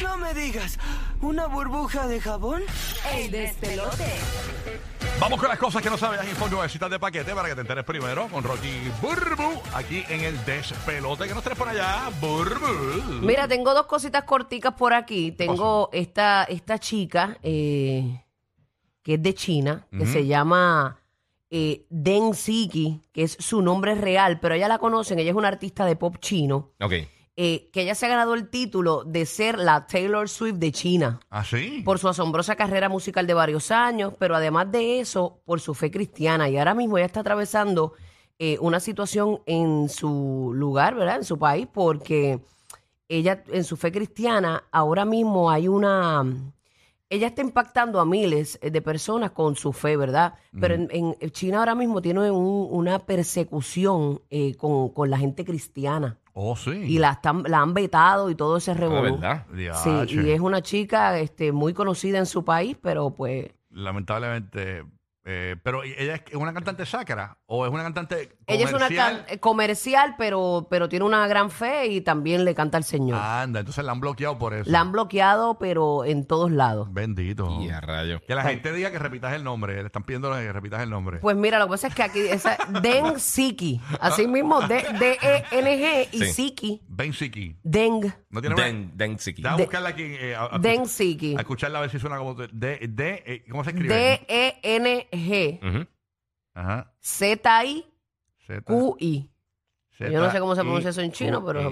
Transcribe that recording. No me digas, ¿una burbuja de jabón? ¡Ey, despelote! Vamos con las cosas que no sabes. Info nuevecitas de paquete para que te enteres primero con Rocky Burbu aquí en el despelote. Que nos traes por allá, Burbu. Mira, tengo dos cositas corticas por aquí. Tengo esta, esta chica eh, que es de China, que se llama eh, Deng Siki, que es su nombre real, pero ella la conocen, ella es una artista de pop chino, Ok. eh, que ella se ha ganado el título de ser la Taylor Swift de China ¿Ah, sí? por su asombrosa carrera musical de varios años, pero además de eso, por su fe cristiana. Y ahora mismo ella está atravesando eh, una situación en su lugar, ¿verdad? En su país, porque ella, en su fe cristiana, ahora mismo hay una... Ella está impactando a miles eh, de personas con su fe, ¿verdad? Pero en, en China ahora mismo tiene un- una persecución eh, con, con la gente cristiana. Oh, sí. Y la, están- la han vetado y todo ese Ah, revolú. ¿verdad? Sí, Diache. y es una chica este, muy conocida en su país, pero pues Lamentablemente. eh, pero ella es una cantante sacra o es una cantante ella es una comercial? can- eh, comercial, pero, pero tiene una gran fe y también le canta al Señor. Ah, Anda, entonces la han bloqueado por eso. La han bloqueado, pero en todos lados. Bendito. Oh. Y a rayo. Que la gente diga que repitas el nombre. Le están pidiendo que repitas el nombre. Pues mira, lo que pasa es que aquí esa Deng Siki, así mismo D- D-E-N-G y Sí. Siki, Ben Siki. Deng, No tiene una- Den, den Siki. Da a De- buscarla aquí. eh, a, a Deng escuchar- Siki, a escucharla a ver si suena como. De, de- eh, ¿Cómo se escribe? E D-E-N-G, Ujú. Ajá. Z-I-Q-I. Z, Yo no sé cómo se Z, pronuncia Ah, I, eso en chino, Q, pero